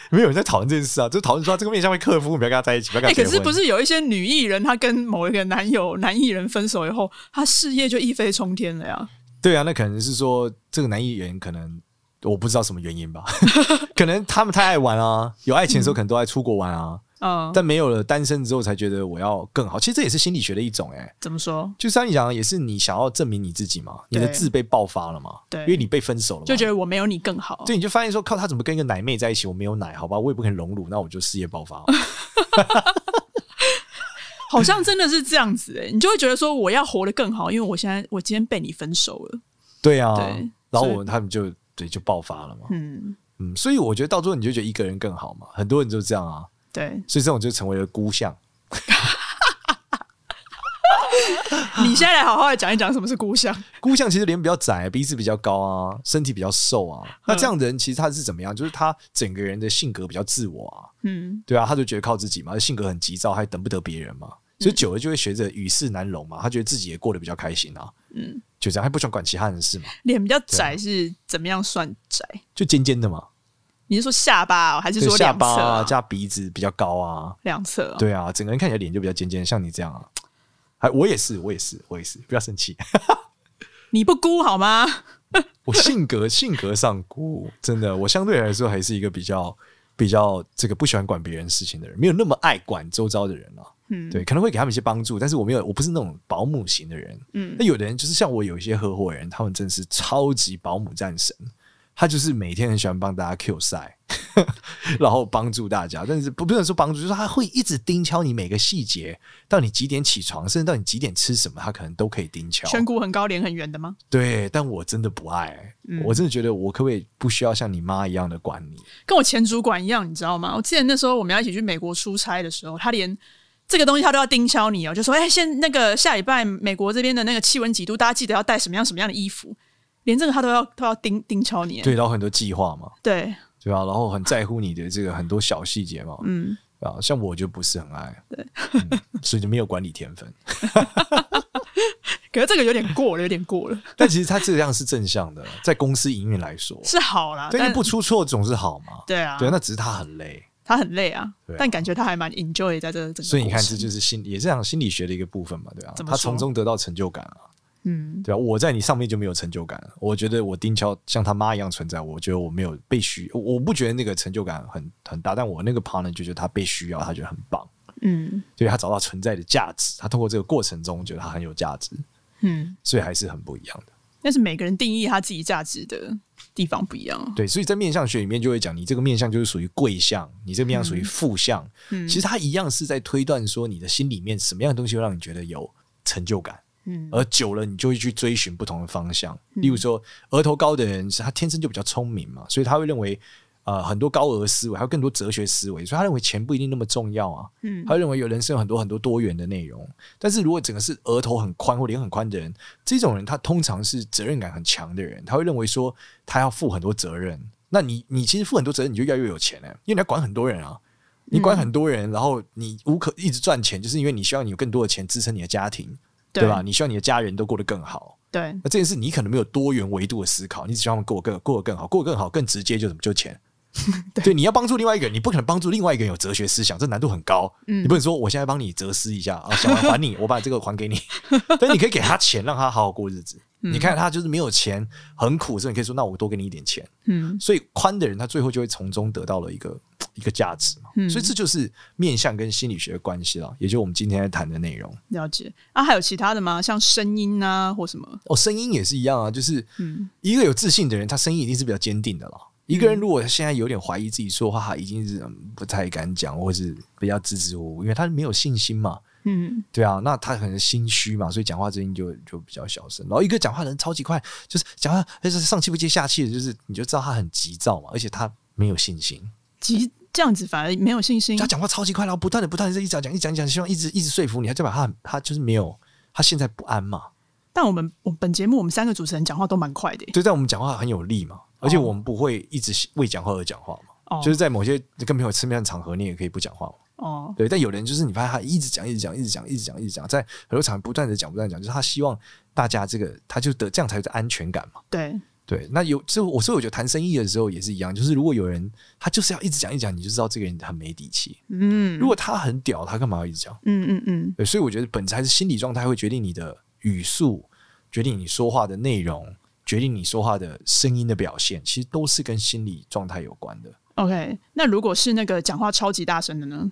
Speaker 3: 没有人在讨论这件事啊，就讨论说这个面相会克夫，不要跟他在一起，不要
Speaker 1: 哎、
Speaker 3: 跟他结
Speaker 1: 可
Speaker 3: 婚。
Speaker 1: 是不是有一些女艺人，她跟某一个男友男艺人分手以后，她事业就一飞冲天了呀？
Speaker 3: 对啊，那可能是说这个男艺人可能我不知道什么原因吧， <laughs> 可能他们太爱玩啊，有爱情的时候可能都爱出国玩啊，
Speaker 1: 嗯，
Speaker 3: 但没有了单身之后才觉得我要更好，其实这也是心理学的一种哎、
Speaker 1: 怎么说？
Speaker 3: 就像你讲的，也是你想要证明你自己嘛，你
Speaker 1: 对
Speaker 3: 的自卑爆发了嘛，
Speaker 1: 对
Speaker 3: 因为你被分手了嘛，
Speaker 1: 就觉得我没有你更好。
Speaker 3: 对，你就发现说，靠，他怎么跟一个奶妹在一起？我没有奶，好吧，我也不肯荣辱，那我就事业爆发。
Speaker 1: 好像真的是这样子哎、你就会觉得说我要活得更好，因为我现在我今天被你分手了。
Speaker 3: 对啊，
Speaker 1: 对
Speaker 3: 然后
Speaker 1: 所以
Speaker 3: 我他们就对就爆发了嘛，
Speaker 1: 嗯，
Speaker 3: 嗯，所以我觉得到最后你就觉得一个人更好嘛，很多人就这样啊，
Speaker 1: 对，
Speaker 3: 所以这种就成为了孤相。
Speaker 1: 你现在来好好的讲一讲什么是孤相。
Speaker 3: 孤相其实脸比较窄，鼻子比较高啊，身体比较瘦
Speaker 1: 嗯
Speaker 3: 啊，那这样的人其实他是怎么样？就是他整个人的性格比较自我啊，
Speaker 1: 嗯
Speaker 3: 对啊，他就觉得靠自己嘛，性格很急躁，还等不得别人嘛，
Speaker 1: 嗯
Speaker 3: 所以久了就会学着与世难容嘛，他觉得自己也过得比较开心啊，
Speaker 1: 嗯，
Speaker 3: 就这样，他不喜欢管其他人的事嘛，
Speaker 1: 脸比较窄是怎么样算窄？
Speaker 3: 就尖尖的嘛，
Speaker 1: 你是说下巴、哦、还是
Speaker 3: 就
Speaker 1: 说
Speaker 3: 下
Speaker 1: 两侧
Speaker 3: 巴啊
Speaker 1: 啊、
Speaker 3: 加鼻子比较高啊，
Speaker 1: 两侧、啊。
Speaker 3: 对啊，整个人看起来脸就比较尖尖，像你这样啊，还我也是，我也是，我也是，不要生气，
Speaker 1: 你不孤好吗？
Speaker 3: 我性格 <laughs> 性格上孤，真的，我相对来说还是一个比较比较这个不喜欢管别人事情的人，没有那么爱管周遭的人啊。
Speaker 1: 嗯，
Speaker 3: 对，可能会给他们一些帮助，但是我没有，我不是那种保姆型的人。
Speaker 1: 嗯
Speaker 3: 那有的人就是像我有一些合伙人，他们真的是超级保姆战神，他就是每天很喜欢帮大家 Q 赛， <laughs> 然后帮助大家，但是不不能说帮助，就是他会一直盯敲你每个细节，到你几点起床，甚至到你几点吃什么，他可能都可以盯敲。
Speaker 1: 颧骨很高，脸很圆的吗？
Speaker 3: 对，但我真的不爱，
Speaker 1: 嗯
Speaker 3: 我真的觉得我可不可以不需要像你妈一样的管你？
Speaker 1: 跟我前主管一样，你知道吗？我之前那时候我们要一起去美国出差的时候，他连这个东西他都要盯敲你哦，就说：“哎、现那个下礼拜美国这边的那个气温几度，大家记得要带什么样什么样的衣服。”连这个他都要都要盯盯敲你。
Speaker 3: 对，然后很多计划嘛，
Speaker 1: 对，
Speaker 3: 对吧、然后很在乎你的这个很多小细节嘛，
Speaker 1: 嗯，
Speaker 3: 啊，像我就不是很爱，对、所以就没有管理天分。
Speaker 1: 可是这个有点过了，有点过
Speaker 3: <laughs>
Speaker 1: 了，
Speaker 3: 但其实他这样是正向的，在公司营运来说，
Speaker 1: 是好啦，
Speaker 3: 但
Speaker 1: 但
Speaker 3: 是不出错总是好嘛。
Speaker 1: 对啊，
Speaker 3: 对，那只是他很累，
Speaker 1: 他很累啊，
Speaker 3: 对啊
Speaker 1: 但感觉他还蛮 enjoy 在这个整个。
Speaker 3: 所以你看，这，就是心也是讲心理学的一个部分嘛，对吧、
Speaker 1: 怎么
Speaker 3: 他
Speaker 1: 说
Speaker 3: 从中得到成就感啊，
Speaker 1: 嗯，
Speaker 3: 对吧、我在你上面就没有成就感了，我觉得我丁敲像他妈一样存在，我觉得我没有被需，我不觉得那个成就感很很大，但我那个 partner 就觉得他被需要，他觉得很棒，
Speaker 1: 嗯
Speaker 3: 所以他找到存在的价值，他通过这个过程中觉得他很有价值，
Speaker 1: 嗯，
Speaker 3: 所以还是很不一样的。
Speaker 1: 但是每个人定义他自己价值的地方不一样。啊
Speaker 3: 对，所以在面相学里面就会讲，你这个面相就是属于贵相，你这个面相属于负相。
Speaker 1: 嗯
Speaker 3: 其实它一样是在推断说你的心里面什么样的东西会让你觉得有成就感，
Speaker 1: 嗯
Speaker 3: 而久了你就会去追寻不同的方向。例如说，额头高的人是他天生就比较聪明嘛，所以他会认为。呃，很多高额思维，还有更多哲学思维，所以他认为钱不一定那么重要啊。
Speaker 1: 嗯
Speaker 3: 他认为有人生有很多很多多元的内容。但是如果整个是额头很宽或脸很宽的人，这种人他通常是责任感很强的人，他会认为说他要负很多责任。那你你其实负很多责任，你就越来越有钱了、因为你要管很多人啊，你管很多人，然后你无可一直赚钱，就是因为你希望你有更多的钱支撑你的家庭，
Speaker 1: 对
Speaker 3: 对吧？你希望你的家人都过得更好。
Speaker 1: 对，
Speaker 3: 那这件事你可能没有多元维度的思考，你只希望他们过得更过得更好，过得更好更直接就什么就
Speaker 1: <laughs>
Speaker 3: 钱。对，你要帮助另外一个人，你不可能帮助另外一个人有哲学思想，这难度很高。
Speaker 1: 嗯
Speaker 3: 你不能说我现
Speaker 1: <laughs>
Speaker 3: 在帮你哲思一下啊，小王还你，我把这个还给你。但你可以给他钱，让他好好过日子。
Speaker 1: 嗯
Speaker 3: 你看他就是没有钱，很苦，这你可以说，那我多给你一点钱。
Speaker 1: 嗯
Speaker 3: 所以宽的人，他最后就会从中得到了一个一个价值嘛。
Speaker 1: 嗯
Speaker 3: 所以这就是面向跟心理学的关系了，也就是我们今天在谈的内容。
Speaker 1: 了解啊，还有其他的吗？像声音啊，或什么？
Speaker 3: 哦，声音也是一样啊，就是
Speaker 1: 嗯
Speaker 3: 一个有自信的人，他声音一定是比较坚定的了。一个人如果现在有点怀疑自己说话，已经是嗯不太敢讲，或是比较支支吾吾，因为他没有信心嘛。
Speaker 1: 嗯，
Speaker 3: 对啊，那他可能心虚嘛，所以讲话声音就就比较小声。然后一个讲话的人超级快，就是讲话哎就是上气不接下气的，就是你就知道他很急躁嘛，而且他没有信心，
Speaker 1: 其实这样子反而没有信心
Speaker 3: 他。讲话超级快，然后不断的不断的一直讲一讲一讲，希望一直一直说服你，他就把他他就是没有他现在不安嘛，
Speaker 1: 但我们我们本节目我们三个主持人讲话都蛮快的耶、
Speaker 3: 对，但我们讲话很有力嘛，而且我们不会一直为讲话而讲话嘛。
Speaker 1: 哦
Speaker 3: 就是在某些跟朋友吃面的场合，你也可以不讲话嘛。
Speaker 1: 哦，
Speaker 3: 对，但有人就是你发现他一直讲，一直讲，一直讲，一直讲，一直讲，在很多场合不断的讲，不断地讲，就是他希望大家这个，他就得这样才有安全感嘛。
Speaker 1: 对，
Speaker 3: 对，那有这我所以我觉得谈生意的时候也是一样，就是如果有人他就是要一直讲一直讲，你就知道这个人很没底气。
Speaker 1: 嗯，
Speaker 3: 如果他很屌，他干嘛要一直讲？
Speaker 1: 嗯嗯嗯，
Speaker 3: 对，所以我觉得本质还是心理状态会决定你的语速，决定你说话的内容，决定你说话的声音的表现，其实都是跟心理状态有关的。
Speaker 1: OK，那如果是那个讲话超级大声的呢？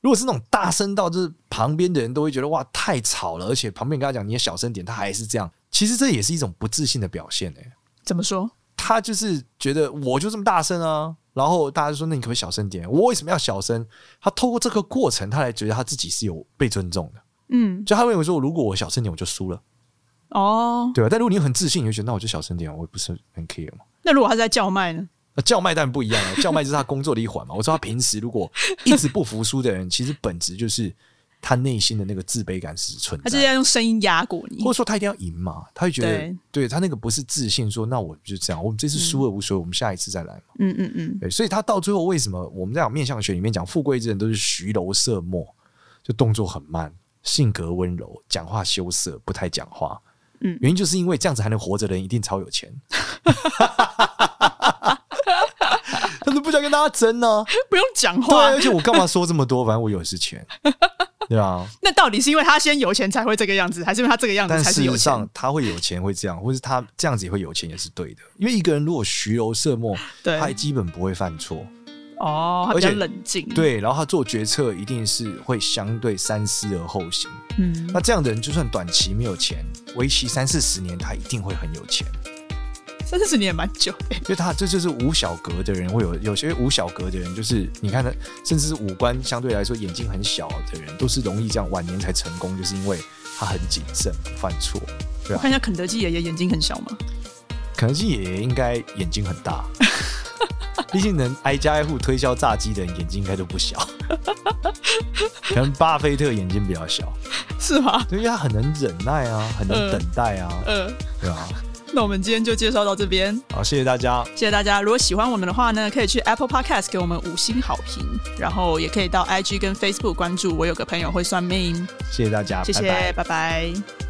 Speaker 3: 如果是那种大声到就是旁边的人都会觉得哇太吵了，而且旁边跟他讲你也小声点，他还是这样，其实这也是一种不自信的表现诶、欸
Speaker 1: 怎么说？
Speaker 3: 他就是觉得我就这么大声啊，然后大家就说那你可不可以小声点？我为什么要小声？他透过这个过程，他来觉得他自己是有被尊重的，
Speaker 1: 嗯，
Speaker 3: 就他认为说如果我小声点我就输了，
Speaker 1: 哦，
Speaker 3: 对吧、啊但如果你很自信，你就觉得那我就小声点，我也不是很 care 嘛。
Speaker 1: 那如果他是在叫卖呢？
Speaker 3: 那叫卖当然不一样了，叫卖就是他工作的一环嘛。我说他平时如果一直不服输的人，其实本质就是他内心的那个自卑感是存
Speaker 1: 他
Speaker 3: 在
Speaker 1: 就是
Speaker 3: 的，
Speaker 1: 要用声音压过你
Speaker 3: 或者。说他一定要赢嘛，他会觉得
Speaker 1: 对
Speaker 3: 对他那个不是自信说那我就这样，我们这次输了无所谓，我们下一次再来嘛。
Speaker 1: 嗯嗯嗯，
Speaker 3: 对，所以他到最后为什么我们在讲面相学里面讲富贵之人都是徐柔色墨，就动作很慢，性格温柔，讲话羞涩，不太讲话。
Speaker 1: 嗯
Speaker 3: 原因就是因为这样子还能活着的人一定超有钱， <laughs> 他都不想跟大家争呢、
Speaker 1: 不用讲 <laughs>
Speaker 3: 对，
Speaker 1: 话
Speaker 3: 而。且我干嘛说这么多？反正我有的是钱，对啊。
Speaker 1: 那到底是因为他先有钱才会这个样子，还是因为他这个样
Speaker 3: 但
Speaker 1: 子才
Speaker 3: 事
Speaker 1: 有
Speaker 3: 实
Speaker 1: 钱？
Speaker 3: 上，他会有钱会这样，或是他这样子也会有钱，也是对的。因为一个人如果徐柔色墨，
Speaker 1: <laughs> 对
Speaker 3: 他基本不会犯错。
Speaker 1: 哦，他比较
Speaker 3: 而且
Speaker 1: 冷静。，
Speaker 3: 对，然后他做决策一定是会相对三思而后行。
Speaker 1: 嗯，
Speaker 3: 那这样的人，就算短期没有钱，为期三四十年，他一定会很有钱，
Speaker 1: 三四十年也蛮久的。
Speaker 3: 因为他这就是无小格的人，会有有些无小格的人，就是你看他，甚至是五官相对来说眼睛很小的人，都是容易这样晚年才成功，就是因为他很谨慎，不犯错。对
Speaker 1: 我
Speaker 3: 啊
Speaker 1: 看一下肯德基爷爷眼睛很小嘛，
Speaker 3: 肯德基爷爷应该眼睛很 <laughs> 大，毕竟能挨家挨户推销炸鸡的人眼睛应该都不小，可能巴菲特眼睛比较小。
Speaker 1: 是吗？
Speaker 3: 对，因为他很能忍耐啊，很能等待啊，
Speaker 1: 呃，
Speaker 3: 对啊。
Speaker 1: 那我们今天就介绍到这边，
Speaker 3: 好，谢谢大家，
Speaker 1: 谢谢大家。如果喜欢我们的话呢，可以去 Apple Podcast 给我们五星好评，然后也可以到 IG 跟 Facebook 关注。我有个朋友会算命，
Speaker 3: 谢谢大家，
Speaker 1: 谢谢，
Speaker 3: 拜拜。
Speaker 1: 拜拜